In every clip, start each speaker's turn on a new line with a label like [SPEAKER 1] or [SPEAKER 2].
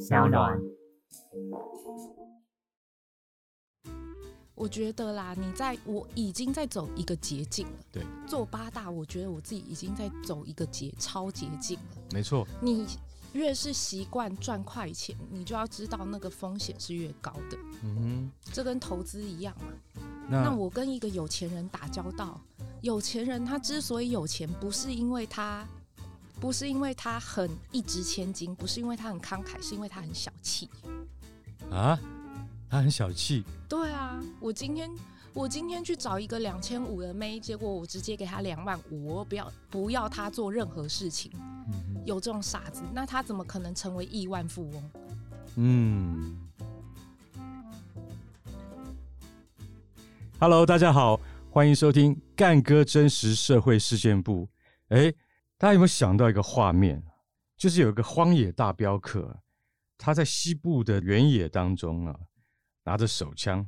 [SPEAKER 1] 小暖。
[SPEAKER 2] 我觉得啦，你在我已经在走一个捷径了。
[SPEAKER 3] 对，
[SPEAKER 2] 做八大，我觉得我自己已经在走一个捷超捷径了。
[SPEAKER 3] 没错，
[SPEAKER 2] 你越是习惯赚快钱，你就要知道那个风险是越高的。
[SPEAKER 3] 嗯
[SPEAKER 2] 这跟投资一样嘛。
[SPEAKER 3] 哼，
[SPEAKER 2] 那
[SPEAKER 3] 那
[SPEAKER 2] 我跟一个有钱人打交道，有钱人他之所以有钱，不是因为他，不是因为他很一掷千金，不是因为他很慷慨，是因为他很小气。
[SPEAKER 3] 啊，他很小气，
[SPEAKER 2] 对啊，我今天我今天去找一个两千五的妹，结果我直接给她两万五，我不要不要她做任何事情，
[SPEAKER 3] 嗯
[SPEAKER 2] 有这种傻子，那他怎么可能成为亿万富翁？
[SPEAKER 3] 嗯。Hello，大家好，欢迎收听《干哥真实社会事件部》。哎，大家有没有想到一个画面？就是有一个荒野大镖客啊，他在西部的原野当中啊，拿着手枪，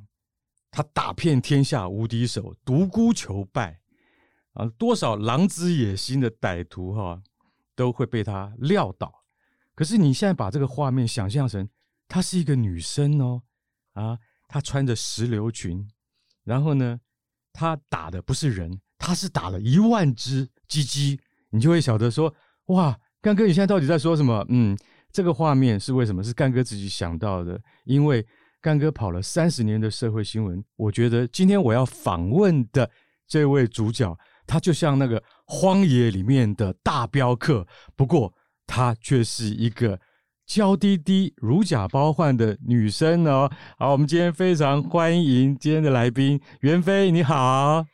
[SPEAKER 3] 他打遍天下无敌手，独孤求败啊！多少狼子野心的歹徒哈、都会被他撂倒。可是你现在把这个画面想象成，她是一个女生哦，啊，她穿着石榴裙，然后呢，她打的不是人，她是打了一万只鸡鸡，你就会晓得说，哇，干哥你现在到底在说什么？嗯，这个画面是为什么？是干哥自己想到的，因为干哥跑了三十年的社会新闻，我觉得今天我要访问的这位主角，他就像那个荒野里面的大镖客，不过她却是一个娇滴滴、如假包换的女生哦。好，我们今天非常欢迎今天的来宾袁飞，你好。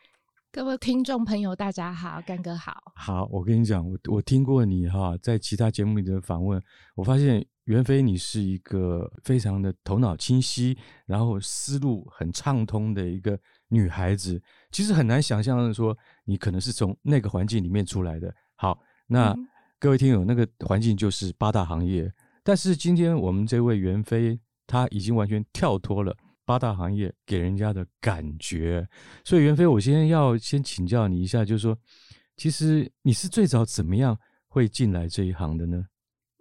[SPEAKER 2] 各位听众朋友，大家好，干哥好。
[SPEAKER 3] 好，我跟你讲，我我听过你哈，在其他节目里的访问，我发现袁飞你是一个非常的头脑清晰，然后思路很畅通的一个女孩子。其实很难想象说你可能是从那个环境里面出来的。好，那、
[SPEAKER 2] 嗯
[SPEAKER 3] 各位听友，那个环境就是八大行业，但是今天我们这位袁飞，他已经完全跳脱了。八大行业给人家的感觉，所以袁飞，我今天要先请教你一下，就是说，其实你是最早怎么样会进来这一行的呢？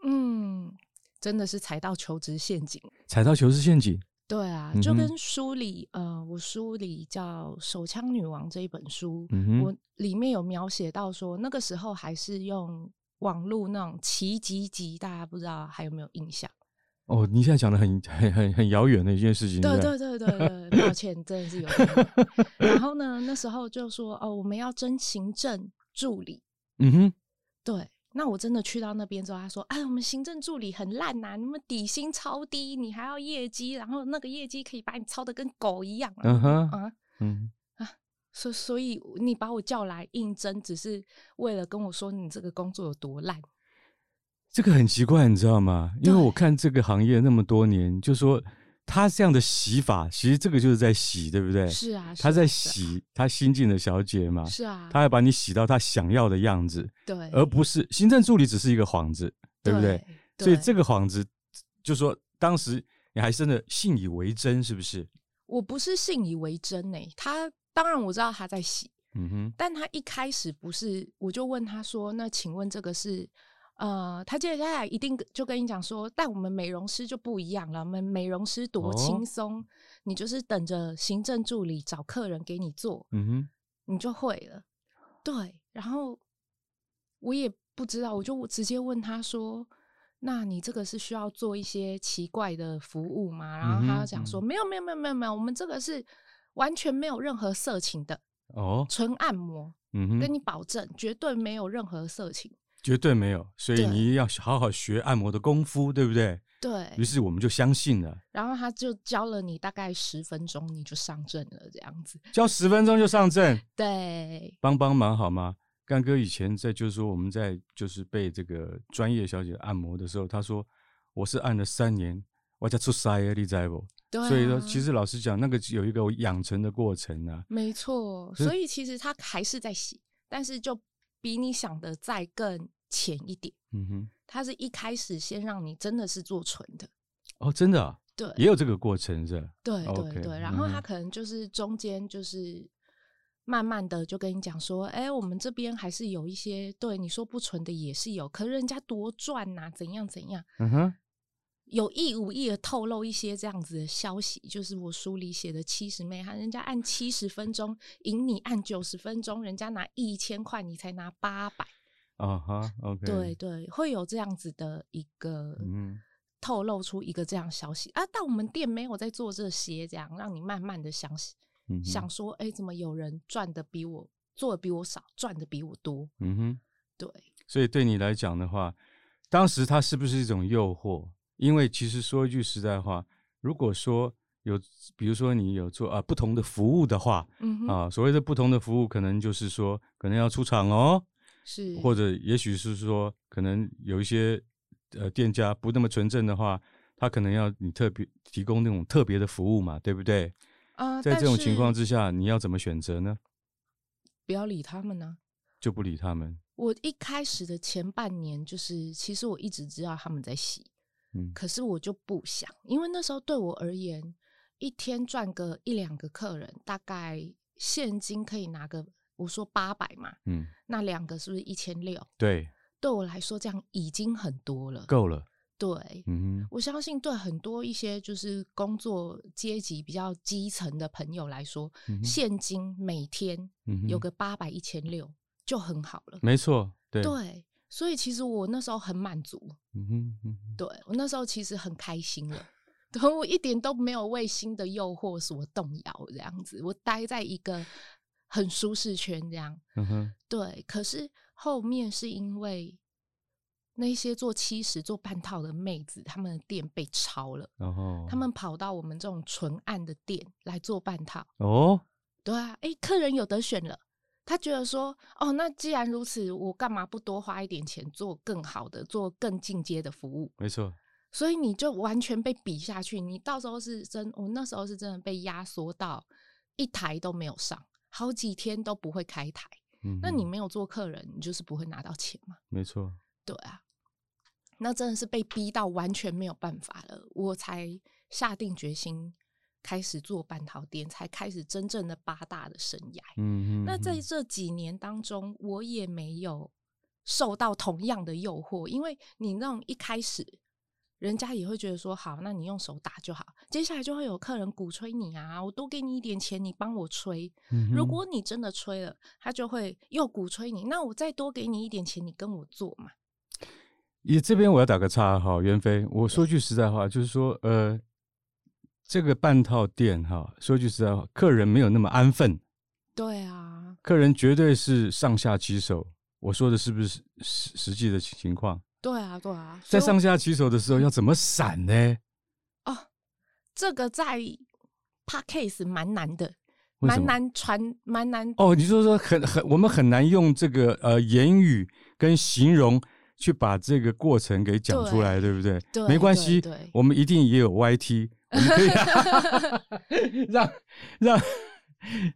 [SPEAKER 2] 嗯，真的是踩到求职陷阱。
[SPEAKER 3] 踩到球是陷阱，
[SPEAKER 2] 对啊
[SPEAKER 3] 嗯，哼
[SPEAKER 2] 就跟书里，呃，我书里叫《手枪女王》这一本书，
[SPEAKER 3] 嗯哼
[SPEAKER 2] 我里面有描写到说，那个时候还是用网络那种奇集集，大家不知道还有没有印象？
[SPEAKER 3] 哦，你现在讲的很很很很遥远的一件 事情，
[SPEAKER 2] 对
[SPEAKER 3] 不
[SPEAKER 2] 对对对对，抱歉，真的是有点远。然后呢，那时候就说哦，我们要争行政助理，
[SPEAKER 3] 嗯哼，
[SPEAKER 2] 对。那我真的去到那边之后，他说：“哎，我们行政助理很烂呐、你们底薪超低，你还要业绩，然后那个业绩可以把你操的跟狗一样、啊。”
[SPEAKER 3] 嗯哼，
[SPEAKER 2] 啊，
[SPEAKER 3] 嗯，
[SPEAKER 2] 所所以你把我叫来应征，只是为了跟我说你这个工作有多烂。
[SPEAKER 3] 这个很奇怪，你知道吗？因为
[SPEAKER 2] 对
[SPEAKER 3] 我看这个行业那么多年，就说他这样的洗法，其实这个就是在洗，对不对？
[SPEAKER 2] 是啊，
[SPEAKER 3] 他
[SPEAKER 2] 是
[SPEAKER 3] 在
[SPEAKER 2] 啊，
[SPEAKER 3] 洗他新进的小姐嘛，
[SPEAKER 2] 是啊，
[SPEAKER 3] 他要把你洗到他想要的样子，
[SPEAKER 2] 对，
[SPEAKER 3] 而不是行政助理只是一个幌子，对不对？
[SPEAKER 2] 对？
[SPEAKER 3] 所以
[SPEAKER 2] 对
[SPEAKER 3] 这个幌子，就说当时你还真的信以为真，是不是？
[SPEAKER 2] 我不是信以为真呢、他当然我知道他在洗，
[SPEAKER 3] 嗯哼，
[SPEAKER 2] 但他一开始不是，我就问他说：“那请问这个是？”呃，他接下来一定就跟你讲说，但我们美容师就不一样了，我们美容师多
[SPEAKER 3] 哦
[SPEAKER 2] 轻松，你就是等着行政助理找客人给你做，
[SPEAKER 3] 嗯哼，
[SPEAKER 2] 你就会了。对，然后我也不知道，我就直接问他说：“那你这个是需要做一些奇怪的服务吗？”然后
[SPEAKER 3] 嗯
[SPEAKER 2] 他
[SPEAKER 3] 哼
[SPEAKER 2] 就讲说：“
[SPEAKER 3] 嗯
[SPEAKER 2] 没有，没有，没有，没有，没有，我们这个是完全没有任何色情的，
[SPEAKER 3] 哦，
[SPEAKER 2] 纯按摩，
[SPEAKER 3] 嗯哼，
[SPEAKER 2] 跟你保证绝对没有任何色情。”
[SPEAKER 3] 绝对没有，所以
[SPEAKER 2] 对
[SPEAKER 3] 你要好好学按摩的功夫，对不对？
[SPEAKER 2] 对
[SPEAKER 3] 于，是我们就相信了，
[SPEAKER 2] 然后他就教了你大概十分钟，你就上阵了，这样子。
[SPEAKER 3] 教十分钟就上阵，
[SPEAKER 2] 对，
[SPEAKER 3] 帮帮忙好吗？干哥以前在就是说我们在就是被这个专业小姐按摩的时候，他说我是按了三年，我才出塞耶利在不？
[SPEAKER 2] 对、啊。
[SPEAKER 3] 所以说，其实老实讲，那个有一个养成的过程啊。
[SPEAKER 2] 没错，
[SPEAKER 3] 是
[SPEAKER 2] 所以其实他还是在洗，但是就比你想的再更浅一点。
[SPEAKER 3] 嗯哼，
[SPEAKER 2] 他是一开始先让你真的是做纯的，
[SPEAKER 3] 哦，真的啊、
[SPEAKER 2] 对，
[SPEAKER 3] 也有这个过程是吧？
[SPEAKER 2] 对对
[SPEAKER 3] OK，
[SPEAKER 2] 对，然后
[SPEAKER 3] 嗯
[SPEAKER 2] 他可能就是中间就是慢慢的就跟你讲说，哎、我们这边还是有一啊些对你说不纯的也是有，可是人家多赚呐、怎样怎样，
[SPEAKER 3] 嗯哼，
[SPEAKER 2] 有意无意的透露一些这样子的消息，就是我书里写的七十妹，哈，人家按七十分钟赢你按九十分钟，人家拿一千块，你才拿八百，
[SPEAKER 3] 啊哈，OK，
[SPEAKER 2] 对，对，会有这样子的一个
[SPEAKER 3] 嗯
[SPEAKER 2] 透露出一个这样消息啊，但我们店没有在做这些，这样让你慢慢的想
[SPEAKER 3] 嗯哼
[SPEAKER 2] 想，说，哎、怎么有人赚的比我做的比我少，赚的比我多？
[SPEAKER 3] 嗯哼，
[SPEAKER 2] 对，
[SPEAKER 3] 所以对你来讲的话，当时它是不是一种诱惑？因为其实说一句实在话，如果说有，比如说你有做啊、不同的服务的话，
[SPEAKER 2] 嗯哼，
[SPEAKER 3] 啊，所谓的不同的服务，可能就是说可能要出场哦，
[SPEAKER 2] 是
[SPEAKER 3] 或者也许是说可能有一些呃店家不那么纯正的话，他可能要你特别提供那种特别的服务嘛，对不对？
[SPEAKER 2] 啊，
[SPEAKER 3] 在
[SPEAKER 2] 但
[SPEAKER 3] 这种情况
[SPEAKER 2] 是
[SPEAKER 3] 之下，你要怎么选择呢？
[SPEAKER 2] 不要理他们啊呢、
[SPEAKER 3] 就不理他们，
[SPEAKER 2] 我一开始的前半年，就是其实我一直知道他们在洗，
[SPEAKER 3] 嗯
[SPEAKER 2] 可是我就不想，因为那时候对我而言，一天赚个一两个客人，大概现金可以拿个，我说八百嘛，
[SPEAKER 3] 嗯，
[SPEAKER 2] 那两个是不是一千六？
[SPEAKER 3] 对，
[SPEAKER 2] 对我来说，这样已经很多了。
[SPEAKER 3] 够了，
[SPEAKER 2] 对，
[SPEAKER 3] 嗯
[SPEAKER 2] 我相信对很多一些就是工作阶级比较基层的朋友来说，
[SPEAKER 3] 哼，嗯哼
[SPEAKER 2] 现金每天
[SPEAKER 3] 嗯哼
[SPEAKER 2] 有个八百一千六就很好了。
[SPEAKER 3] 没错，对，
[SPEAKER 2] 对，所以其实我那时候很满足，
[SPEAKER 3] 嗯哼，嗯哼
[SPEAKER 2] 对我那时候其实很开心了。 对我一点都没有为新的诱惑所动摇，这样子，我待在一个很舒适圈，这样。
[SPEAKER 3] 嗯哼，
[SPEAKER 2] 对，可是后面是因为那些做七十、做半套的妹子，她们的店被抄了，
[SPEAKER 3] 然后
[SPEAKER 2] 她们跑到我们这种纯暗的店来做半套。
[SPEAKER 3] 哦，
[SPEAKER 2] 对啊，诶，客人有得选了。他觉得说，哦，那既然如此，我干嘛不多花一点钱做更好的、做更进阶的服务？
[SPEAKER 3] 没错，
[SPEAKER 2] 所以你就完全被比下去，你到时候是真，我那时候是真的被压缩到一台都没有上，好几天都不会开台。
[SPEAKER 3] 嗯哼，
[SPEAKER 2] 那你没有做客人，你就是不会拿到钱嘛？
[SPEAKER 3] 没错，
[SPEAKER 2] 对啊，那真的是被逼到完全没有办法了，我才下定决心开始做半套店，才开始真正的八大的生涯。
[SPEAKER 3] 嗯哼，
[SPEAKER 2] 那在
[SPEAKER 3] 嗯
[SPEAKER 2] 这几年当中，我也没有受到同样的诱惑，因为你那种一开始，人家也会觉得说好，那你用手打就好。接下来就会有客人鼓吹你啊，我多给你一点钱，你帮我吹。
[SPEAKER 3] 嗯
[SPEAKER 2] 如
[SPEAKER 3] 哼
[SPEAKER 2] 果你真的吹了，他就会又鼓吹你，那我再多给你一点钱，你跟我做嘛。
[SPEAKER 3] 也这边我要打个岔哈，袁飞，我说句实在话，就是说，呃，这个半套店哈，说句实在话，客人没有那么安分，
[SPEAKER 2] 对啊，
[SPEAKER 3] 客人绝对是上下其手。我说的是不是实实际的情情况？
[SPEAKER 2] 对啊，对啊，所
[SPEAKER 3] 在
[SPEAKER 2] 以我
[SPEAKER 3] 上下其手的时候要怎么闪呢？
[SPEAKER 2] 哦，这个在 p a c a s e 蛮难的，
[SPEAKER 3] 为什
[SPEAKER 2] 蛮
[SPEAKER 3] 么
[SPEAKER 2] 难传，蛮难
[SPEAKER 3] 哦，你就是说很很，我们很难用这个呃言语跟形容去把这个过程给讲出来，对不对？
[SPEAKER 2] 对
[SPEAKER 3] 没关
[SPEAKER 2] 对
[SPEAKER 3] 系
[SPEAKER 2] 对，
[SPEAKER 3] 我们一定也有 YT，我们可以让 让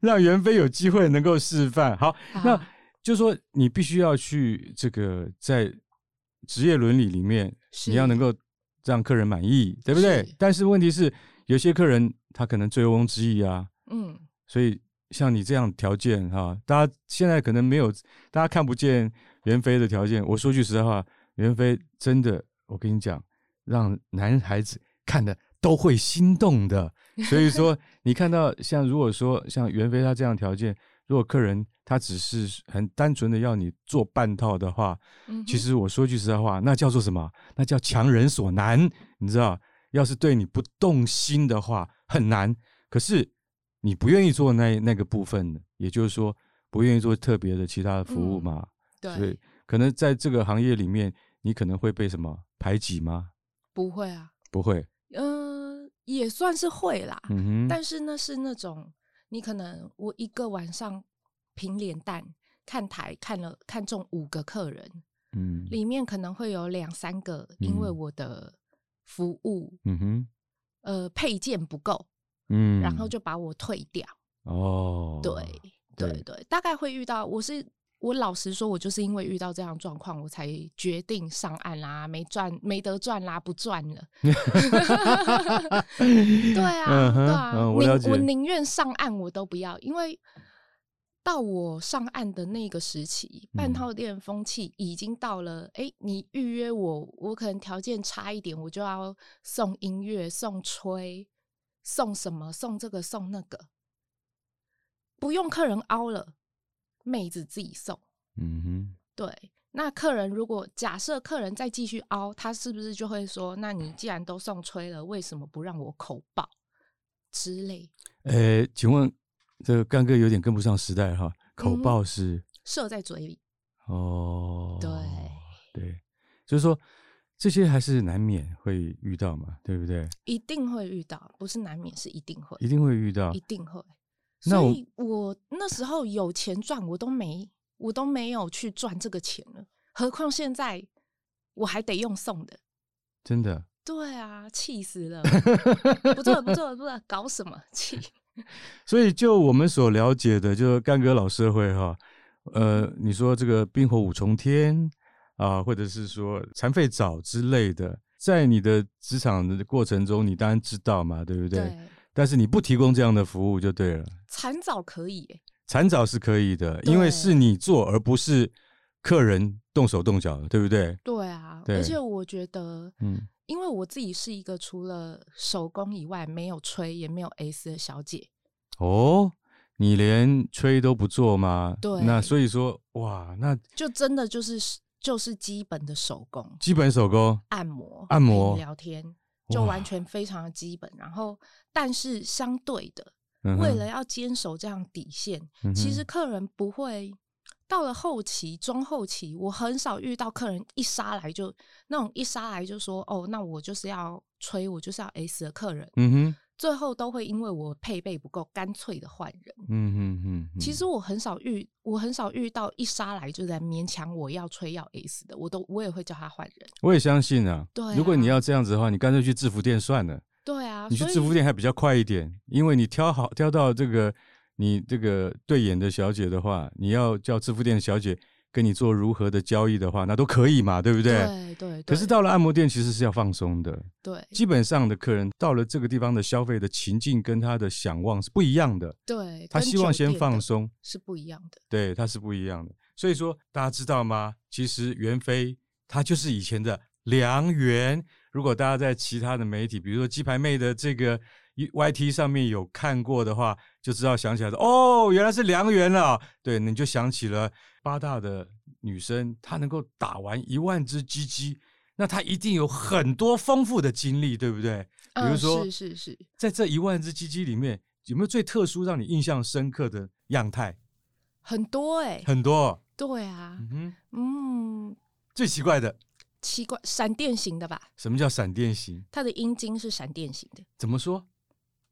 [SPEAKER 3] 让袁飞有机会能够示范。好，那
[SPEAKER 2] 啊
[SPEAKER 3] 就说你必须要去这个在职业伦理里面，
[SPEAKER 2] 是
[SPEAKER 3] 你要能够让客人满意，对不对
[SPEAKER 2] 是？
[SPEAKER 3] 但是问题是，有些客人他可能醉翁之意啊，
[SPEAKER 2] 嗯。
[SPEAKER 3] 所以像你这样条件哈、大家现在可能没有，大家看不见袁飞的条件。我说句实在话，袁飞真的，我跟你讲，让男孩子看的都会心动的。所以说，你看到像如果说像袁飞他这样条件，如果客人他只是很单纯的要你做半套的话，
[SPEAKER 2] 嗯
[SPEAKER 3] 其
[SPEAKER 2] 哼
[SPEAKER 3] 实我说句实在话，那叫做什么？那叫强人所难，你知道？要是对你不动心的话，很难。可是你不愿意做那那个部分，也就是说不愿意做特别的其他的服务
[SPEAKER 2] 嗯
[SPEAKER 3] 嘛，所以
[SPEAKER 2] 对，
[SPEAKER 3] 可能在这个行业里面，你可能会被什么排挤吗？
[SPEAKER 2] 不会啊，
[SPEAKER 3] 不会，
[SPEAKER 2] 嗯、也算是会啦，
[SPEAKER 3] 嗯哼，
[SPEAKER 2] 但是那是那种你可能我一个晚上平脸蛋看台看了看中五个客人，
[SPEAKER 3] 嗯
[SPEAKER 2] 里面可能会有两三个因为
[SPEAKER 3] 嗯
[SPEAKER 2] 我的服务、
[SPEAKER 3] 嗯哼，
[SPEAKER 2] 呃配件不够，
[SPEAKER 3] 嗯，
[SPEAKER 2] 然后就把我退掉。
[SPEAKER 3] 哦，
[SPEAKER 2] 对对
[SPEAKER 3] 对
[SPEAKER 2] 对，大概会遇到。我是我老实说，我就是因为遇到这样的状况，我才决定上岸啦，没赚没得赚啦，不赚了。 对啊，
[SPEAKER 3] 嗯哼
[SPEAKER 2] 对啊，啊
[SPEAKER 3] 嗯我了
[SPEAKER 2] 宁
[SPEAKER 3] 解
[SPEAKER 2] 我宁愿上岸，我都不要，因为到我上岸的那个时期，半套店风气已经到了。哎、你预约我，我可能条件差一点，我就要送音乐、送吹、送什么、送这个、送那个，不用客人凹了，妹子自己送。
[SPEAKER 3] 嗯哼，
[SPEAKER 2] 对，那客人如果假设客人再继续凹，他是不是就会说：“那你既然都送吹了，为什么不让我口爆？”之类
[SPEAKER 3] 呃，请问这个干哥有点跟不上时代哈，
[SPEAKER 2] 嗯
[SPEAKER 3] 口
[SPEAKER 2] 哼
[SPEAKER 3] 爆是、
[SPEAKER 2] 射在嘴里。
[SPEAKER 3] 哦，
[SPEAKER 2] 对
[SPEAKER 3] 对，就是说这些还是难免会遇到嘛，对不对？
[SPEAKER 2] 一定会遇到，不是难免，是一定会，
[SPEAKER 3] 一定会遇到
[SPEAKER 2] 一。定会。
[SPEAKER 3] 那
[SPEAKER 2] 所
[SPEAKER 3] 我
[SPEAKER 2] 以我那时候有钱赚，我都没，我都没有去赚这个钱了，何况现在我还得用送的。
[SPEAKER 3] 真的，
[SPEAKER 2] 对啊，气死了！不做了，不做了，不做了，搞什么气？
[SPEAKER 3] 所以就我们所了解的，就是干哥老社会哈，呃，你说这个冰火五重天啊、或者是说残废藻之类的，在你的职场的过程中，你当然知道嘛， 对不对？
[SPEAKER 2] 对，
[SPEAKER 3] 但是你不提供这样的服务就对了。
[SPEAKER 2] 残早可以、欸，
[SPEAKER 3] 残藻是可以的，因为
[SPEAKER 2] 对
[SPEAKER 3] 是你做，而不是客人动手动脚的，对不对？
[SPEAKER 2] 对啊，
[SPEAKER 3] 对
[SPEAKER 2] 而且我觉得，
[SPEAKER 3] 嗯
[SPEAKER 2] 因为我自己是一个除了手工以外没有吹也没有 S 的小姐，
[SPEAKER 3] 哦，你连吹都不做吗？
[SPEAKER 2] 对
[SPEAKER 3] 那所以说，哇，那
[SPEAKER 2] 就真的就是就是基本的手工、
[SPEAKER 3] 基本手工，
[SPEAKER 2] 按摩、
[SPEAKER 3] 按摩
[SPEAKER 2] 陪你聊天，就
[SPEAKER 3] 哇
[SPEAKER 2] 完全非常的基本。然后，但是相对的，
[SPEAKER 3] 嗯哼
[SPEAKER 2] 为了要坚守这样底线，
[SPEAKER 3] 嗯哼
[SPEAKER 2] 其实客人不会。到了后期、中后期，我很少遇到客人一杀来就那种一杀来就说哦，那我就是要吹，我就是要 S 的客人。
[SPEAKER 3] 嗯哼，
[SPEAKER 2] 最后都会因为我配备不够，干脆的换人。
[SPEAKER 3] 嗯哼嗯哼，
[SPEAKER 2] 其实我很少遇，我很少遇到一杀来就在勉强我要吹要 S 的，我都我也会叫他换人。
[SPEAKER 3] 我也相信啊。
[SPEAKER 2] 对
[SPEAKER 3] 如果你
[SPEAKER 2] 啊
[SPEAKER 3] 要这样子的话，你干脆去制服店算了。
[SPEAKER 2] 对啊，
[SPEAKER 3] 你去
[SPEAKER 2] 所
[SPEAKER 3] 制服
[SPEAKER 2] 以
[SPEAKER 3] 店还比较快一点，因为你挑好挑到这个你这个对眼的小姐的话，你要叫制服店的小姐跟你做如何的交易的话，那都可以嘛，对不对？
[SPEAKER 2] 对对，
[SPEAKER 3] 可是
[SPEAKER 2] 对
[SPEAKER 3] 到了按摩店，其实是要放松的。
[SPEAKER 2] 对
[SPEAKER 3] 基本上的客人到了这个地方的消费的情境跟他的想望是不一样的，
[SPEAKER 2] 对，
[SPEAKER 3] 他
[SPEAKER 2] 跟
[SPEAKER 3] 希望
[SPEAKER 2] 酒店
[SPEAKER 3] 先放
[SPEAKER 2] 的
[SPEAKER 3] 松，
[SPEAKER 2] 是不一样的。
[SPEAKER 3] 对，他是不一样的。所以说，大家知道吗？其实袁飞他就是以前的梁元。如果大家在其他的媒体，比如说鸡排妹的这个 YT 上面有看过的话，就知道想起来说哦，原来是梁元了。对，你就想起了八大的女生，她能够打完一万只鸡鸡，那她一定有很多丰富的经历，对不对？比如
[SPEAKER 2] 嗯
[SPEAKER 3] 说，
[SPEAKER 2] 是是是，
[SPEAKER 3] 在这一万只鸡鸡里面，有没有最特殊让你印象深刻的样态？
[SPEAKER 2] 很多哎、
[SPEAKER 3] 很多，哦
[SPEAKER 2] 对啊
[SPEAKER 3] 嗯，哼。
[SPEAKER 2] 嗯，
[SPEAKER 3] 最奇怪的，
[SPEAKER 2] 奇怪，闪电型的吧？
[SPEAKER 3] 什么叫闪电型？
[SPEAKER 2] 它的阴茎是闪电型的，
[SPEAKER 3] 怎么说？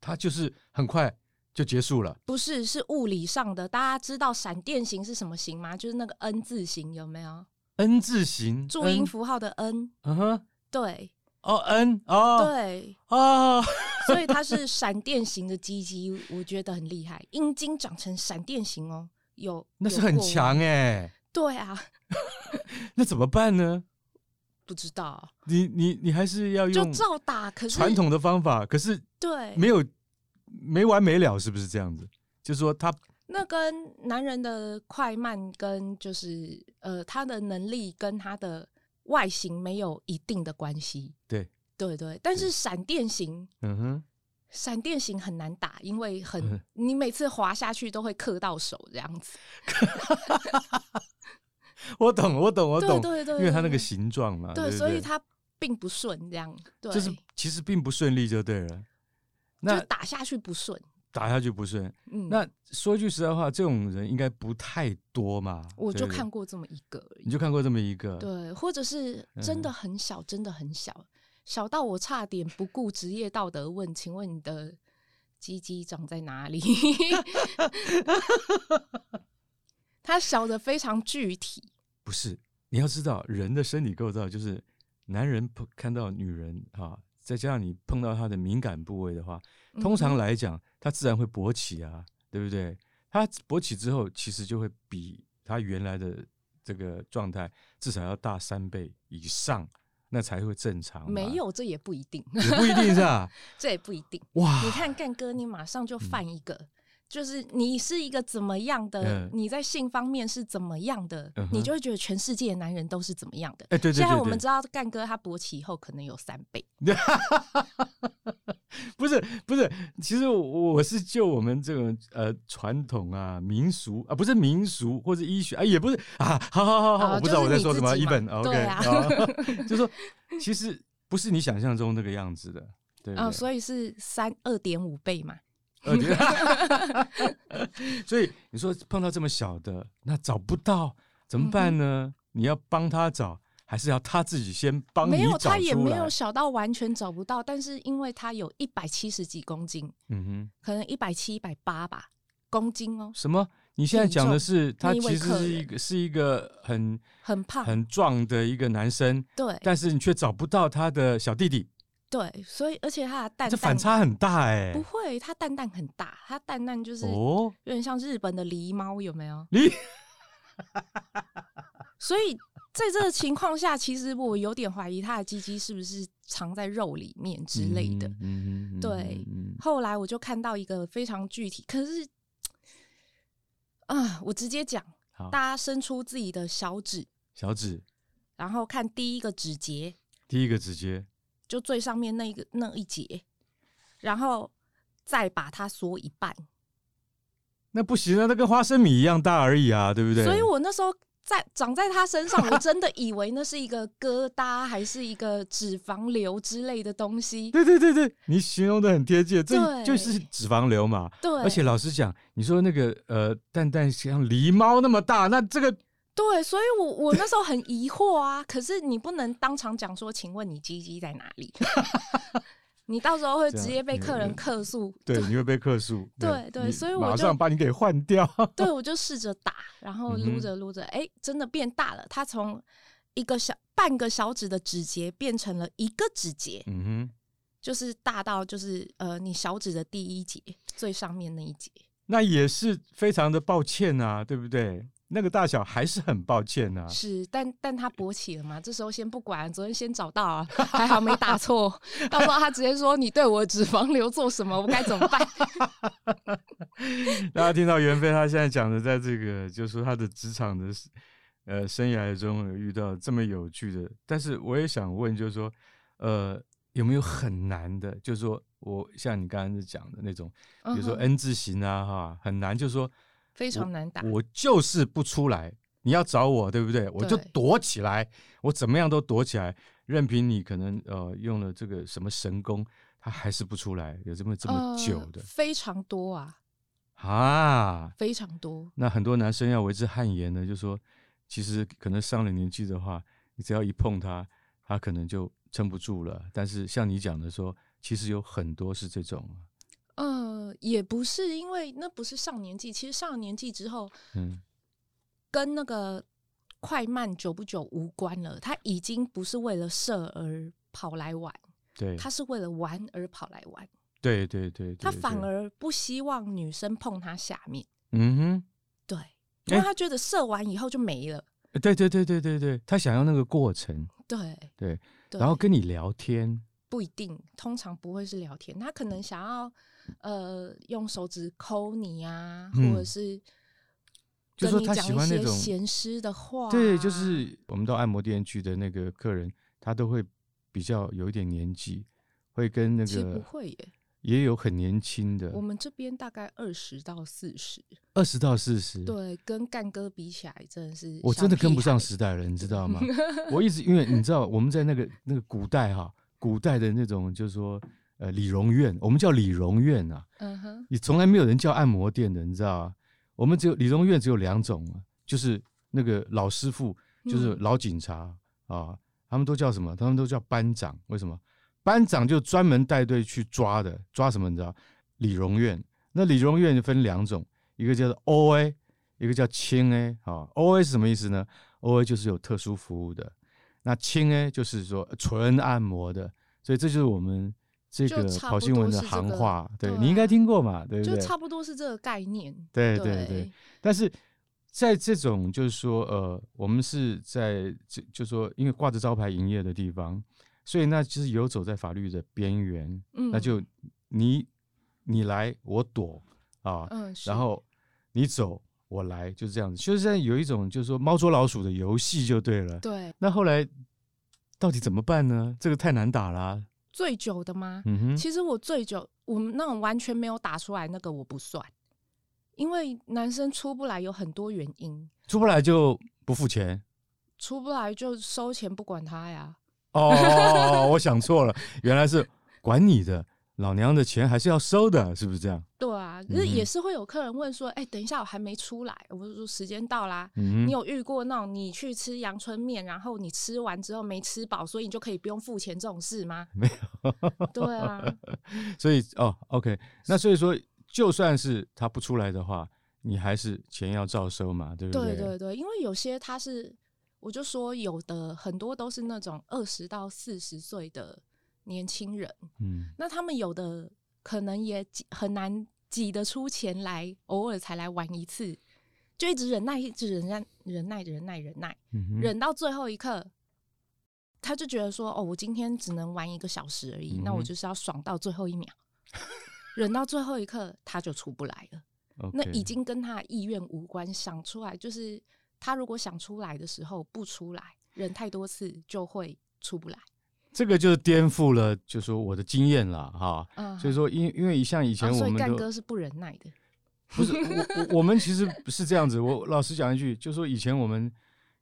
[SPEAKER 3] 它就是很快就结束了。
[SPEAKER 2] 不是是物理上的。大家知道闪电型是什么型吗？就是那个 N 字形，有没有？
[SPEAKER 3] N 字形，
[SPEAKER 2] 注音
[SPEAKER 3] N，
[SPEAKER 2] 符号的 N，
[SPEAKER 3] 嗯哼，
[SPEAKER 2] 对
[SPEAKER 3] 哦 N，哦
[SPEAKER 2] 对，
[SPEAKER 3] 哦，
[SPEAKER 2] 所以它是闪电型的鸡鸡，我觉得很厉害。阴茎长成闪电型哦，有
[SPEAKER 3] 那是
[SPEAKER 2] 有
[SPEAKER 3] 很
[SPEAKER 2] 过
[SPEAKER 3] 强
[SPEAKER 2] 吗
[SPEAKER 3] 哎，
[SPEAKER 2] 对啊，
[SPEAKER 3] 那怎么办呢？
[SPEAKER 2] 不知道
[SPEAKER 3] 你你你还是要
[SPEAKER 2] 就
[SPEAKER 3] 用
[SPEAKER 2] 照打，可是
[SPEAKER 3] 传统的方法，可是
[SPEAKER 2] 对
[SPEAKER 3] 没有没完没了，是不是这样子？就是说它
[SPEAKER 2] 那跟男人的快慢跟就是呃他的能力跟他的外形没有一定的关系。
[SPEAKER 3] 对
[SPEAKER 2] 对对，但是闪电型。
[SPEAKER 3] 嗯哼，
[SPEAKER 2] 闪电型很难打，因为
[SPEAKER 3] 嗯
[SPEAKER 2] 很你每次滑下去都会磕到手这样子。
[SPEAKER 3] 我懂我懂我
[SPEAKER 2] 对
[SPEAKER 3] 懂，
[SPEAKER 2] 对对，
[SPEAKER 3] 因为它那
[SPEAKER 2] 对
[SPEAKER 3] 个形状嘛，
[SPEAKER 2] 对，
[SPEAKER 3] 不
[SPEAKER 2] 所以它并不顺，这样对，
[SPEAKER 3] 就是其实并不顺利就对了。那
[SPEAKER 2] 就打下去不顺。
[SPEAKER 3] 打下去不顺，
[SPEAKER 2] 嗯，
[SPEAKER 3] 那说句实在话，这种人应该不太多嘛。
[SPEAKER 2] 我
[SPEAKER 3] 对
[SPEAKER 2] 就
[SPEAKER 3] 不对
[SPEAKER 2] 看，过这么一个而已
[SPEAKER 3] 你嗯就看过这么一个。，
[SPEAKER 2] 对，或者是真的很小，真的很小，小到我差点不顾职业道德问：“请问你的鸡鸡长在哪 里？”他小的非常具体，
[SPEAKER 3] 不是，你要知道人的身体构造就是男人碰看到女人啊，再加上你碰到她的敏感部位的话，通常
[SPEAKER 2] 嗯
[SPEAKER 3] 来讲，她自然会勃起啊，对不对？她勃起之后，其实就会比她原来的这个状态至少要大三倍以上，那才会正常。
[SPEAKER 2] 没，有，这也不一定，
[SPEAKER 3] 也不一定是吧？
[SPEAKER 2] 这也不一定。
[SPEAKER 3] 哇，嗯
[SPEAKER 2] 你看干哥，你马上就犯一个，就是你是一个怎么样的
[SPEAKER 3] 嗯，
[SPEAKER 2] 你在性方面是怎么样的
[SPEAKER 3] 嗯，哼
[SPEAKER 2] 你就会觉得全世界的男人都是怎么样的。
[SPEAKER 3] 哎，对对
[SPEAKER 2] 现在
[SPEAKER 3] 对
[SPEAKER 2] 我们
[SPEAKER 3] 对，
[SPEAKER 2] 知道干哥他勃起以后可能有三倍，
[SPEAKER 3] 不是不是，其实我我是就我们这种呃传统啊民俗啊，不是民俗或者医学啊，也不是 啊，好好好好，
[SPEAKER 2] 啊
[SPEAKER 3] 我不知道
[SPEAKER 2] 就
[SPEAKER 3] 我
[SPEAKER 2] 是
[SPEAKER 3] 在
[SPEAKER 2] 你
[SPEAKER 3] 说
[SPEAKER 2] 自
[SPEAKER 3] 什么，
[SPEAKER 2] 己
[SPEAKER 3] 一
[SPEAKER 2] 嘛
[SPEAKER 3] 本哦 OK，
[SPEAKER 2] 对啊
[SPEAKER 3] 好 就说其实不是你想象中那个样子的，对
[SPEAKER 2] 啊，
[SPEAKER 3] 对
[SPEAKER 2] 所以是三二点五倍嘛。
[SPEAKER 3] 二点。 所以你说碰到这么小的，那找不到怎么办
[SPEAKER 2] 嗯
[SPEAKER 3] 呢？你要帮他找，还是要他自己先帮你
[SPEAKER 2] 没有，
[SPEAKER 3] 找
[SPEAKER 2] 他也
[SPEAKER 3] 出
[SPEAKER 2] 没
[SPEAKER 3] 来
[SPEAKER 2] 有小到完全找不到，但是因为他有一百七十几公斤，
[SPEAKER 3] 嗯哼，
[SPEAKER 2] 可能一百七、一百八吧公斤哦，
[SPEAKER 3] 什么？你现在讲的是他
[SPEAKER 2] 那一位
[SPEAKER 3] 其实
[SPEAKER 2] 客
[SPEAKER 3] 是一
[SPEAKER 2] 人
[SPEAKER 3] 个是一个很
[SPEAKER 2] 很胖。
[SPEAKER 3] 很壮的一个男生，
[SPEAKER 2] 对
[SPEAKER 3] 但是你却找不到他的小弟弟，
[SPEAKER 2] 对，所以而且他的蛋
[SPEAKER 3] 这
[SPEAKER 2] 蛋
[SPEAKER 3] 反差很大哎、
[SPEAKER 2] 不会，他蛋蛋很大，他蛋蛋就是有
[SPEAKER 3] 哦，
[SPEAKER 2] 点像日本的狸猫，有没有？
[SPEAKER 3] 你
[SPEAKER 2] 所以在这个情况下，其实我有点怀疑他的鸡鸡是不是藏在肉里面之类的。
[SPEAKER 3] 嗯哼，嗯哼
[SPEAKER 2] 对，
[SPEAKER 3] 嗯哼
[SPEAKER 2] 后来我就看到一个非常具体，可是啊，我直接讲，
[SPEAKER 3] 好，
[SPEAKER 2] 大家伸出自己的小指，
[SPEAKER 3] 小指
[SPEAKER 2] 然后看第一个指节，
[SPEAKER 3] 第一个指节，
[SPEAKER 2] 就最上面那一个那一节，然后再把它缩一半。
[SPEAKER 3] 那不行啊，那跟花生米一样大而已啊，对不对？
[SPEAKER 2] 所以我那时候在长在他身 上，我真的以为那是一个疙瘩，还是一个脂肪瘤之类的东 西。
[SPEAKER 3] 对对对对，你形容的很贴切，这
[SPEAKER 2] 对
[SPEAKER 3] 就是脂肪瘤嘛。
[SPEAKER 2] 对，
[SPEAKER 3] 而且老实讲，你说那个呃蛋蛋像狸猫那么大，那这个
[SPEAKER 2] 对，所以我我那时候很疑惑啊。可是你不能当场讲说，请问你鸡鸡在哪里？ 你到时候会
[SPEAKER 3] 这
[SPEAKER 2] 直
[SPEAKER 3] 样
[SPEAKER 2] 接被客
[SPEAKER 3] 嗯
[SPEAKER 2] 人客诉。
[SPEAKER 3] 对你会被克诉。
[SPEAKER 2] 对对
[SPEAKER 3] 你
[SPEAKER 2] 所以我
[SPEAKER 3] 马
[SPEAKER 2] 就
[SPEAKER 3] 上把你给换掉。
[SPEAKER 2] 对，我就试着打，然后
[SPEAKER 3] 嗯哼
[SPEAKER 2] 撸着撸着，哎、真的变大了。它从一个小半个小指的指节变成了一个指节，
[SPEAKER 3] 嗯哼，
[SPEAKER 2] 就是大到就是呃，你小指的第一节最上面那一节。
[SPEAKER 3] 那也是非常的抱歉啊，对不对？那个大小还是很抱歉啊。
[SPEAKER 2] 是，但但他勃起了嘛？这时候先不管，昨天先找到啊，还好没 打错。到时候他直接说你对我的脂肪瘤做什么，我该怎么 办？
[SPEAKER 3] 大家听到袁飞他现在讲的，在这个就是说他的职场的呃生涯中有遇到这么有趣的，但是我也想问，就是说呃有没有很难的？就是说我像你刚刚讲的那种，比如说
[SPEAKER 2] 嗯哼
[SPEAKER 3] N 字形啊哈，很难，就是说
[SPEAKER 2] 非常难打。
[SPEAKER 3] 我就是不出来，你要找我对不对？我就
[SPEAKER 2] 对
[SPEAKER 3] 躲起来，我怎么样都躲起来，任凭你可能呃用了这个什么神功，他还是不出来，有这么这么久
[SPEAKER 2] 呃
[SPEAKER 3] 的、
[SPEAKER 2] 非常多啊，
[SPEAKER 3] 啊。
[SPEAKER 2] 非常多。
[SPEAKER 3] 那很多男生要为之汗颜呢，就说其实可能上了年纪的话，你只要一碰他，他可能就撑不住了。但是像你讲的说，其实有很多是这种，啊
[SPEAKER 2] 呃，也不是因为那不是上年纪，其实上了年纪之后
[SPEAKER 3] 嗯，
[SPEAKER 2] 跟那个快慢久不久无关了，他已经不是为了射而跑来玩，
[SPEAKER 3] 对，
[SPEAKER 2] 他是为了玩而跑来玩，
[SPEAKER 3] 对对对对，
[SPEAKER 2] 他反
[SPEAKER 3] 对，
[SPEAKER 2] 而不希望女生碰他下面。
[SPEAKER 3] 嗯哼。
[SPEAKER 2] 对，因为
[SPEAKER 3] 哎
[SPEAKER 2] 他觉得射完以后就没了。
[SPEAKER 3] 呃对对对对对对，他想要那个过程，
[SPEAKER 2] 对
[SPEAKER 3] 对，
[SPEAKER 2] 对，
[SPEAKER 3] 然后跟你聊天，
[SPEAKER 2] 不一定，通常不会是聊天，他可能想要呃用手指抠你啊，
[SPEAKER 3] 嗯
[SPEAKER 2] 或者是
[SPEAKER 3] 就
[SPEAKER 2] 跟
[SPEAKER 3] 说
[SPEAKER 2] 你
[SPEAKER 3] 他
[SPEAKER 2] 讲
[SPEAKER 3] 喜
[SPEAKER 2] 一
[SPEAKER 3] 欢那
[SPEAKER 2] 些
[SPEAKER 3] 种
[SPEAKER 2] 闲诗的话、啊
[SPEAKER 3] 对，就是我们到按摩店去的那个客人，他都会比较有一点年纪，会跟那
[SPEAKER 2] 其实不
[SPEAKER 3] 个
[SPEAKER 2] 会耶，
[SPEAKER 3] 也有很年轻的
[SPEAKER 2] 我，们这边大概二十到四十，
[SPEAKER 3] 二十到四十，
[SPEAKER 2] 对，跟干哥比起来真的是
[SPEAKER 3] 我
[SPEAKER 2] 小
[SPEAKER 3] 真的
[SPEAKER 2] 屁
[SPEAKER 3] 跟不上
[SPEAKER 2] 孩
[SPEAKER 3] 时代了，你知道吗？我一直因为你知道我们在那个那个古代哈、古代的那种就是说呃理容院，我们叫理容院啊，
[SPEAKER 2] 嗯哼，
[SPEAKER 3] 也从来没有人叫按摩店的，你知道吗？我们只有理容院只有两种啊，就是那个老师傅，就是
[SPEAKER 2] 嗯
[SPEAKER 3] 老警察、啊，他们都叫什么？他们都叫班长，为什么？班长就专门带队去抓的，抓什么你知道？理容院。那理容院分两种，一个叫做 O A，一个叫轻 A 啊。O A 是什么意思呢？O A 就是有特殊服务的，那轻 A 就是说纯按摩的，所以这就是我们这
[SPEAKER 2] 就
[SPEAKER 3] 个
[SPEAKER 2] 差
[SPEAKER 3] 跑
[SPEAKER 2] 不
[SPEAKER 3] 新
[SPEAKER 2] 多
[SPEAKER 3] 闻的
[SPEAKER 2] 是这
[SPEAKER 3] 行
[SPEAKER 2] 个
[SPEAKER 3] 话。对
[SPEAKER 2] 对
[SPEAKER 3] 你应该
[SPEAKER 2] 啊
[SPEAKER 3] 听过嘛，对不
[SPEAKER 2] 就
[SPEAKER 3] 对？
[SPEAKER 2] 差不多是这个概念。
[SPEAKER 3] 对对
[SPEAKER 2] 对
[SPEAKER 3] 对，但是在这种就是说，呃，我们是在就就说，因为挂着招牌营业的地方，所以那就是游走在法律的边缘，
[SPEAKER 2] 嗯，
[SPEAKER 3] 那就你你来我躲啊，
[SPEAKER 2] 嗯，是
[SPEAKER 3] 然后你走我来，就是这样子。就是现在有一种就是说猫捉老鼠的游戏就对了。
[SPEAKER 2] 对
[SPEAKER 3] 那后来到底怎么办呢？这个太难打啦、
[SPEAKER 2] 醉酒的吗？
[SPEAKER 3] 嗯哼，
[SPEAKER 2] 其实我醉酒，我们那种完全没有打出来那个我不算，因为男生出不来有很多原因，
[SPEAKER 3] 出不来就不付钱。
[SPEAKER 2] 出不来就收钱不管他呀。
[SPEAKER 3] 哦，我想错了，原来是管你的，老娘的钱还是要收的，是不是这样？
[SPEAKER 2] 对啊，可是也
[SPEAKER 3] 嗯哼
[SPEAKER 2] 是会有客人问说：“哎、等一下，我还没出来。”我就说：“时间到啦。”
[SPEAKER 3] 嗯
[SPEAKER 2] 你
[SPEAKER 3] 哼，
[SPEAKER 2] 有遇过那种你去吃阳春面，然后你吃完之后没吃饱，所以你就可以不用付钱这种事吗？
[SPEAKER 3] 没
[SPEAKER 2] 有。对 啊，
[SPEAKER 3] 所以哦，OK，那所以说，就算是他不出来的话，你还是钱要照收嘛，对不
[SPEAKER 2] 对
[SPEAKER 3] 对
[SPEAKER 2] 对对，因为有些他是，我就说有的很多都是那种二十到四十岁的年轻人，
[SPEAKER 3] 嗯，
[SPEAKER 2] 那他们有的可能也挤很难挤得出钱来，偶尔才来玩一次，就一直忍耐，一直忍耐，忍耐，忍耐，忍耐，
[SPEAKER 3] 嗯哼，
[SPEAKER 2] 忍到最后一刻，他就觉得说：“哦，我今天只能玩一个小时而已，那
[SPEAKER 3] 嗯
[SPEAKER 2] 我
[SPEAKER 3] 哼
[SPEAKER 2] 就是要爽到最后一秒。”忍到最后一刻，他就出不来了。那
[SPEAKER 3] OK
[SPEAKER 2] 已经跟他意愿无关，想出来就是他如果想出来的时候不出来，忍太多次就会出不来。
[SPEAKER 3] 这个就颠覆了，就说我的经验啦，哈。
[SPEAKER 2] 嗯，
[SPEAKER 3] 所以说因，因为像以
[SPEAKER 2] 以
[SPEAKER 3] 前我
[SPEAKER 2] 啊所以
[SPEAKER 3] 们
[SPEAKER 2] 干
[SPEAKER 3] 都、
[SPEAKER 2] 哥是不忍耐的。
[SPEAKER 3] 不是我我我们其实是这样子。我老实讲一句，就说以前我们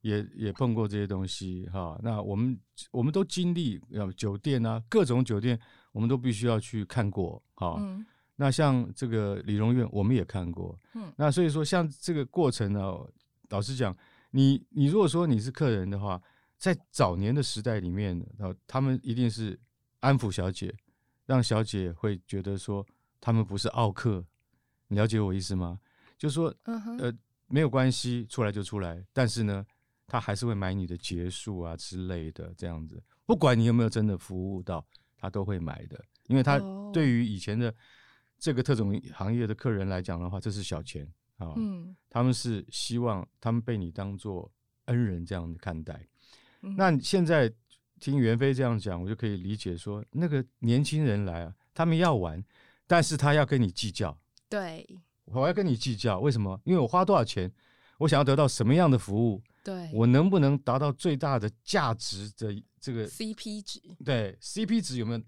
[SPEAKER 3] 也也碰过这些东西哈。那我们我们都经历呃酒店啊，各种酒店我们都必须要去看过哈。
[SPEAKER 2] 嗯
[SPEAKER 3] 那像这个理容院，我们也看过。
[SPEAKER 2] 嗯
[SPEAKER 3] 那所以说，像这个过程呢、老实讲，你你如果说你是客人的话，在早年的时代里面，呃，他们一定是安抚小姐，让小姐会觉得说他们不是傲客，你了解我意思吗？就说
[SPEAKER 2] 嗯哼，
[SPEAKER 3] 呃没有关系，出来就出来，但是呢，他还是会买你的结束啊之类的这样子，不管你有没有真的服务到，他都会买的，因为他
[SPEAKER 2] 哦
[SPEAKER 3] 对于以前的这个特种行业的客人来讲的话，这是小钱啊，
[SPEAKER 2] 嗯
[SPEAKER 3] 他们是希望他们被你当做恩人这样看待。
[SPEAKER 2] 嗯
[SPEAKER 3] 那现在听袁飞这样讲，我就可以理解说，那个年轻人来啊，他们要玩，但是他要跟你计较，
[SPEAKER 2] 对
[SPEAKER 3] 我要跟你计较，为什么？因为我花多少钱，我想要得到什么样的服务，
[SPEAKER 2] 对，
[SPEAKER 3] 我能不能达到最大的价值的这个
[SPEAKER 2] CP 值
[SPEAKER 3] 对 CP 值有没有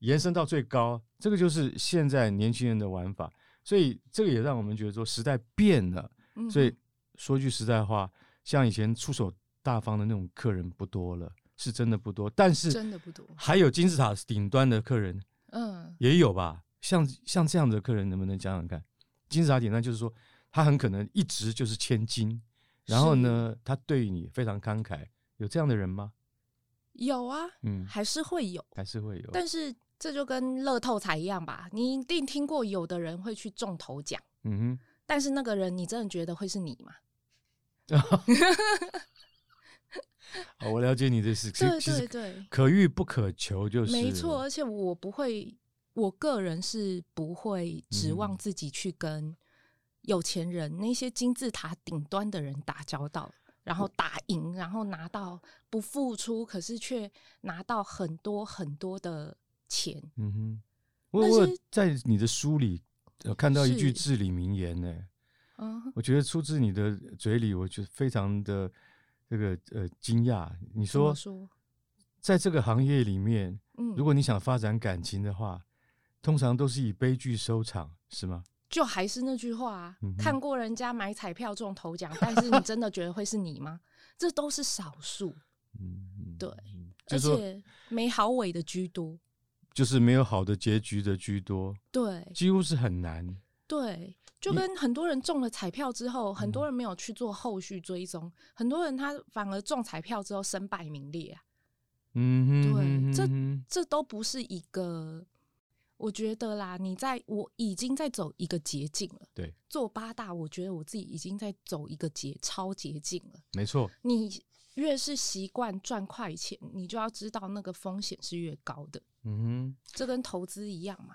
[SPEAKER 3] 延伸到最高？这个就是现在年轻人的玩法，所以这个也让我们觉得说时代变了。
[SPEAKER 2] 嗯
[SPEAKER 3] 所以说句实在话，像以前出手大方的那种客人不多了，是真的不多。但是
[SPEAKER 2] 真的不多。
[SPEAKER 3] 还有金字塔顶端的客人
[SPEAKER 2] 嗯
[SPEAKER 3] 也有吧？像像这样的客人，能不能想想看？金字塔顶端就是说，他很可能一直就是千金，然后呢，他对你非常慷慨，有这样的人吗？
[SPEAKER 2] 有啊，
[SPEAKER 3] 嗯，
[SPEAKER 2] 还是会有，
[SPEAKER 3] 还是会有。
[SPEAKER 2] 但是这就跟乐透彩一样吧，你一定听过有的人会去中头奖。
[SPEAKER 3] 嗯哼。
[SPEAKER 2] 但是那个人，你真的觉得会是你吗？
[SPEAKER 3] 哦，我了解你的事，其
[SPEAKER 2] 对
[SPEAKER 3] 实其
[SPEAKER 2] 对
[SPEAKER 3] 实
[SPEAKER 2] 对，
[SPEAKER 3] 可遇不可求，就是
[SPEAKER 2] 没错，，而且我不会，我个人是不会指望
[SPEAKER 3] 嗯
[SPEAKER 2] 自己去跟有钱人、那些金字塔顶端的人打交道，然
[SPEAKER 3] 嗯
[SPEAKER 2] 后打赢，然后拿到不付出，可是却拿到很多很多的钱。
[SPEAKER 3] 嗯哼，我
[SPEAKER 2] 那
[SPEAKER 3] 我
[SPEAKER 2] 些
[SPEAKER 3] 有在你的书里、呃、看到一句
[SPEAKER 2] 是
[SPEAKER 3] 至理名言呢、
[SPEAKER 2] 嗯，
[SPEAKER 3] 我觉得出自你的嘴里，我觉得非常的这个呃惊讶。你
[SPEAKER 2] 怎么
[SPEAKER 3] 说，
[SPEAKER 2] 说？
[SPEAKER 3] 在这个行业里面，
[SPEAKER 2] 嗯，
[SPEAKER 3] 如果你想发展感情的话，通常都是以悲剧收场，是吗？
[SPEAKER 2] 就还是那句话啊，
[SPEAKER 3] 嗯哼
[SPEAKER 2] 看过人家买彩票中头奖，但是你真的觉得会是你吗？ 这都是少数，
[SPEAKER 3] 嗯，
[SPEAKER 2] 对
[SPEAKER 3] 嗯，就
[SPEAKER 2] 而
[SPEAKER 3] 是说
[SPEAKER 2] 且没好尾的居多。
[SPEAKER 3] 就是没有好的结局的居多，
[SPEAKER 2] 对，
[SPEAKER 3] 几乎是很难。
[SPEAKER 2] 对，就
[SPEAKER 3] 你
[SPEAKER 2] 跟很多人中了彩票之后，很多人没有去做后续追踪，很多人他反而中彩票之后身败名裂啊，
[SPEAKER 3] 嗯哼，
[SPEAKER 2] 对
[SPEAKER 3] 嗯
[SPEAKER 2] 这
[SPEAKER 3] 哼
[SPEAKER 2] 这都不是一个。我觉得啦，你在我已经在走一个捷径了。
[SPEAKER 3] 对，
[SPEAKER 2] 做八大，我觉得我自己已经在走一个捷超捷径了。
[SPEAKER 3] 没错，
[SPEAKER 2] 你越是习惯赚快钱，你就要知道那个风险是越高的。
[SPEAKER 3] 嗯哼，
[SPEAKER 2] 这跟投资一样嘛。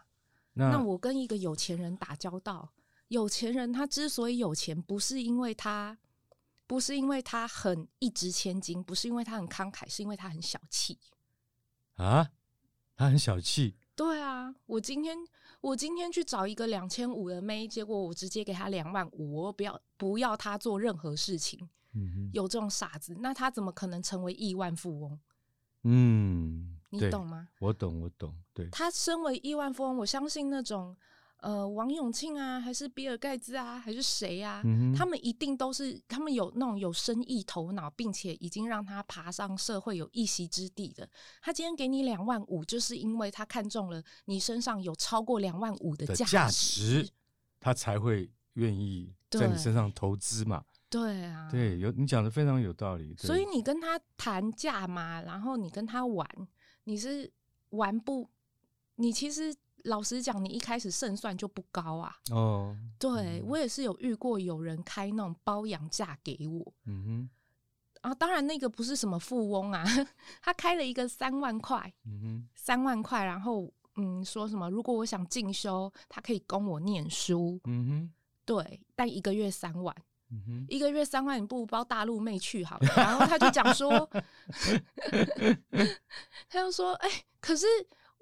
[SPEAKER 3] 那
[SPEAKER 2] 那我跟一个有钱人打交道，有钱人他之所以有钱，不是因为他，不是因为他很一掷千金，不是因为他很慷慨，是因为他很小气。
[SPEAKER 3] 啊，他很小气，
[SPEAKER 2] 对啊，我今天我今天去找一个两千五的妹，结果我直接给她两万五，我不要不要她做任何事情，
[SPEAKER 3] 嗯哼
[SPEAKER 2] 有这种傻子，那他怎么可能成为亿万富翁？
[SPEAKER 3] 嗯，
[SPEAKER 2] 你
[SPEAKER 3] 对
[SPEAKER 2] 懂？吗？
[SPEAKER 3] 我懂，我懂，对，
[SPEAKER 2] 他身为亿万富翁，我相信那种呃王永庆啊，还是比尔盖茨啊，还是谁啊，
[SPEAKER 3] 嗯哼
[SPEAKER 2] 他们一定都是他们有那种有生意头脑，并且已经让他爬上社会有一席之地的。他今天给你两万五，就是因为他看中了你身上有超过两万五的
[SPEAKER 3] 的
[SPEAKER 2] 价
[SPEAKER 3] 价值，他才会愿意在你
[SPEAKER 2] 对
[SPEAKER 3] 身上投资嘛。
[SPEAKER 2] 对啊，。
[SPEAKER 3] 对，有你讲的非常有道理。对
[SPEAKER 2] 所以你跟他谈价嘛，然后你跟他玩，你是玩不？你其实老实讲，你一开始胜算就不高啊。
[SPEAKER 3] 哦，
[SPEAKER 2] 对
[SPEAKER 3] 嗯
[SPEAKER 2] 我也是有遇过有人开那种包养价给我
[SPEAKER 3] 嗯哼，
[SPEAKER 2] 啊，当然那个不是什么富翁啊，他开了一个三万块，
[SPEAKER 3] 嗯哼，
[SPEAKER 2] 三万块，然后嗯说什么如果我想进修，他可以供我念书，
[SPEAKER 3] 嗯哼，
[SPEAKER 2] 对，但一个月三万，
[SPEAKER 3] 嗯哼，
[SPEAKER 2] 一个月三万，你不如包大陆妹去好了。 然后他就讲说， 他就说，哎、可是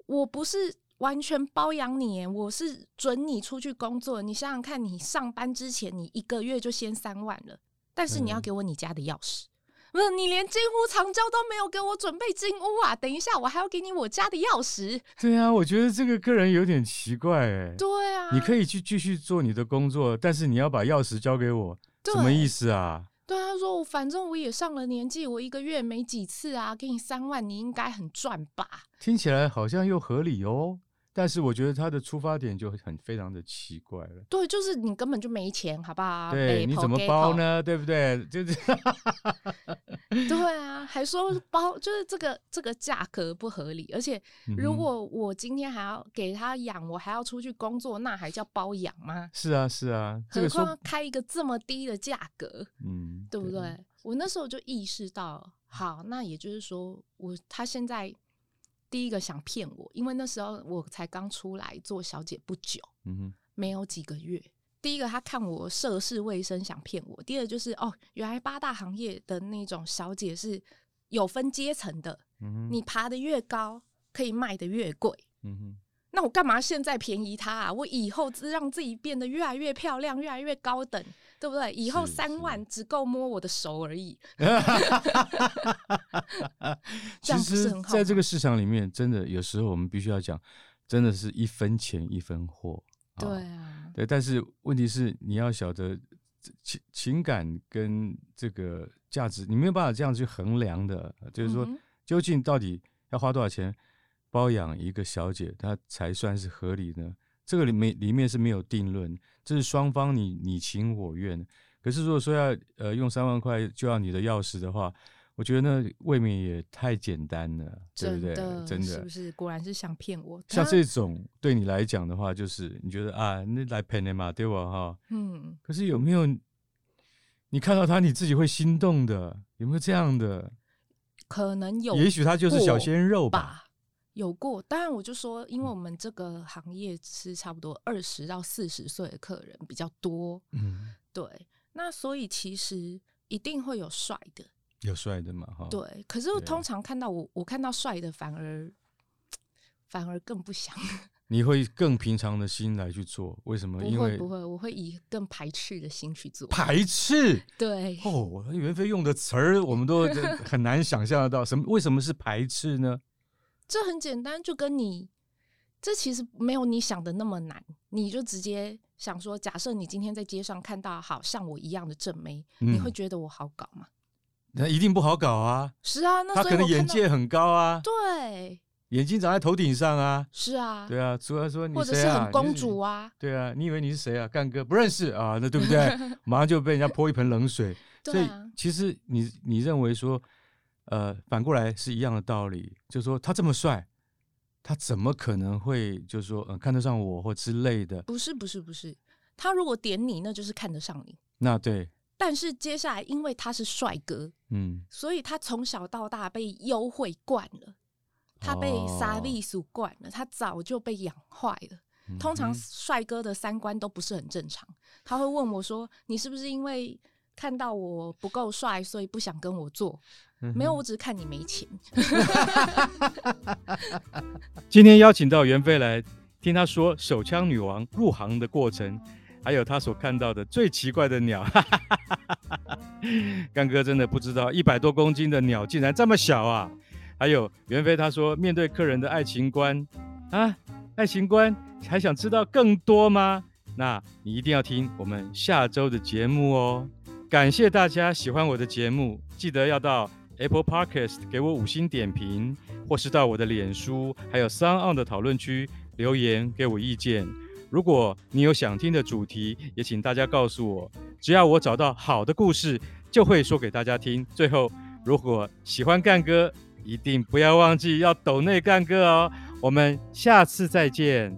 [SPEAKER 2] 我不是完全包养你耶，我是准你出去工作。你想想看，你上班之前，你一个月就先三万了，但是你要
[SPEAKER 3] 嗯
[SPEAKER 2] 给我你家的钥匙。不是你连进屋藏娇都没有给我准备进屋啊！等一下，我还要给你我家的钥匙。
[SPEAKER 3] 对啊，我觉得这个个人有点奇怪哎。
[SPEAKER 2] 对啊，
[SPEAKER 3] 你可以去继续做你的工作，但是你要把钥匙交给我，
[SPEAKER 2] 对
[SPEAKER 3] 什么意思啊？
[SPEAKER 2] 对啊，他说我反正我也上了年纪，我一个月没几次啊，给你三万，你应该很赚吧？
[SPEAKER 3] 听起来好像又合理哦，但是我觉得他的出发点就很非常的奇怪了。
[SPEAKER 2] 对，就是你根本就没钱，好不好？
[SPEAKER 3] 对，
[SPEAKER 2] 北
[SPEAKER 3] 你
[SPEAKER 2] 投
[SPEAKER 3] 怎么
[SPEAKER 2] 给
[SPEAKER 3] 包
[SPEAKER 2] 投？
[SPEAKER 3] 呢？对不对？就是，
[SPEAKER 2] 对啊，还说包，就是这个这个价格不合理，而且
[SPEAKER 3] 嗯
[SPEAKER 2] 如
[SPEAKER 3] 哼
[SPEAKER 2] 果我今天还要给他养，我还要出去工作，那还叫包养吗？
[SPEAKER 3] 是啊，是啊，这
[SPEAKER 2] 何
[SPEAKER 3] 个说
[SPEAKER 2] 况，开一个这么低的价格，
[SPEAKER 3] 嗯，
[SPEAKER 2] 对不对？？我那时候就意识到，好，那也就是说，我他现在第一个想骗我，因为那时候我才刚出来做小姐不久，
[SPEAKER 3] 嗯哼，
[SPEAKER 2] 没有几个月。第一个，他看我涉世未深，想骗我；第二，就是哦，原来八大行业的那种小姐是有分阶层的，
[SPEAKER 3] 嗯哼，
[SPEAKER 2] 你，爬得越高，可以卖得越贵。
[SPEAKER 3] 嗯哼，
[SPEAKER 2] 那我干嘛现在便宜他啊？我以后只让自己变得越来越漂亮，越来越高等，对不对？以后
[SPEAKER 3] 是
[SPEAKER 2] 三万只够摸我的手而已。这
[SPEAKER 3] 其
[SPEAKER 2] 样不是
[SPEAKER 3] 实
[SPEAKER 2] 很，好
[SPEAKER 3] 在这
[SPEAKER 2] 吗
[SPEAKER 3] 个市场里面，真的有时候我们必须要讲，真的是一分钱一分货。啊
[SPEAKER 2] 对啊，
[SPEAKER 3] 对，但是问题是你要晓得情情感跟这个价值，你没有办法这样去衡量的。就是说
[SPEAKER 2] 嗯哼，
[SPEAKER 3] 究竟到底要花多少钱包养一个小姐，她才算是合理呢？这个里面里面是没有定论，这是双方你你情我愿。可是如果说要呃用三万块就要你的钥匙的话，我觉得那未免也太简单了，对
[SPEAKER 2] 真
[SPEAKER 3] 不对？
[SPEAKER 2] 的，
[SPEAKER 3] 真的
[SPEAKER 2] 是不是？果然是想骗我。
[SPEAKER 3] 像
[SPEAKER 2] 他
[SPEAKER 3] 这种对你来讲的话，就是你觉得啊，那来陪你嘛，对吧？哈，
[SPEAKER 2] 嗯，
[SPEAKER 3] 可是有没有你看到他你自己会心动的？有没有这样的？
[SPEAKER 2] 可能有
[SPEAKER 3] 也许他就是小
[SPEAKER 2] 过
[SPEAKER 3] 鲜肉吧。
[SPEAKER 2] 吧，有过。当然，我就说，
[SPEAKER 3] 嗯
[SPEAKER 2] 因为我们这个行业是差不多二十到四十岁的客人比较多，
[SPEAKER 3] 嗯，
[SPEAKER 2] 对，那所以其实一定会有帅的，
[SPEAKER 3] 有帅的嘛，哈。，
[SPEAKER 2] 对。可是我
[SPEAKER 3] 嗯对
[SPEAKER 2] 通常看到我，我看到帅的反而反而更不想，
[SPEAKER 3] 你会更平常的心来去做，为什么？
[SPEAKER 2] 不
[SPEAKER 3] 因
[SPEAKER 2] 会
[SPEAKER 3] 为
[SPEAKER 2] 不会，我会以更排斥的心去做。
[SPEAKER 3] 排斥。
[SPEAKER 2] 对，
[SPEAKER 3] 哦，袁飞用的词儿我们都很难想象得到，什么？为什么是排斥呢？
[SPEAKER 2] 这很简单，就跟你这其实没有你想的那么难，你就直接想说，假设你今天在街上看到好像我一样的正妹，你会
[SPEAKER 3] 嗯
[SPEAKER 2] 觉得我好搞吗？
[SPEAKER 3] 那一定不好搞啊，
[SPEAKER 2] 是啊，那
[SPEAKER 3] 他
[SPEAKER 2] 所以
[SPEAKER 3] 可
[SPEAKER 2] 我
[SPEAKER 3] 能
[SPEAKER 2] 看
[SPEAKER 3] 眼
[SPEAKER 2] 到
[SPEAKER 3] 界很高啊，
[SPEAKER 2] 对，
[SPEAKER 3] 眼睛长在头顶上啊。
[SPEAKER 2] 是啊，
[SPEAKER 3] 对啊，除了说你、谁
[SPEAKER 2] 或者是
[SPEAKER 3] 啊
[SPEAKER 2] 很公主
[SPEAKER 3] 啊。
[SPEAKER 2] 啊，
[SPEAKER 3] 对啊，你以为你是谁啊？干哥不认识啊，那对不对？ 马上就被人家泼一盆冷水。所
[SPEAKER 2] 对
[SPEAKER 3] 以
[SPEAKER 2] 啊，
[SPEAKER 3] 其实你你认为说，呃，反过来是一样的道理，就是说他这么帅，他怎么可能会就是说、呃、看得上我或之类的？
[SPEAKER 2] 不是不是不是，他如果点你，那就是看得上你。
[SPEAKER 3] 那对，
[SPEAKER 2] 但是接下来，因为他是帅哥，
[SPEAKER 3] 嗯，
[SPEAKER 2] 所以他从小到大被优惠惯了，他被
[SPEAKER 3] 哦
[SPEAKER 2] 傻逼鼠惯了，他早就被养坏了。通常
[SPEAKER 3] 嗯哼
[SPEAKER 2] 帅哥的三观都不是很正常，他会问我说：“你是不是因为看到我不够帅，所以不想跟我做？”
[SPEAKER 3] 嗯
[SPEAKER 2] 没有，我只是看你没钱。
[SPEAKER 3] 今天邀请到袁飞来听他说手枪女王入行的过程，还有他所看到的最奇怪的鸟。 干哥真的不知道，一百多公斤的鸟竟然这么小啊！还有袁飞他说，面对客人的爱情观啊，爱情观还想知道更多吗？那你一定要听我们下周的节目哦。感谢大家喜欢我的节目，记得要到 Apple Podcast 给我五星点评，或是到我的脸书还有 s o n On 的讨论区留言给我意见。如果你有想听的主题，也请大家告诉我，只要我找到好的故事，就会说给大家听。最后，如果喜欢干哥，一定不要忘记要抖内干哥哦。我们下次再见。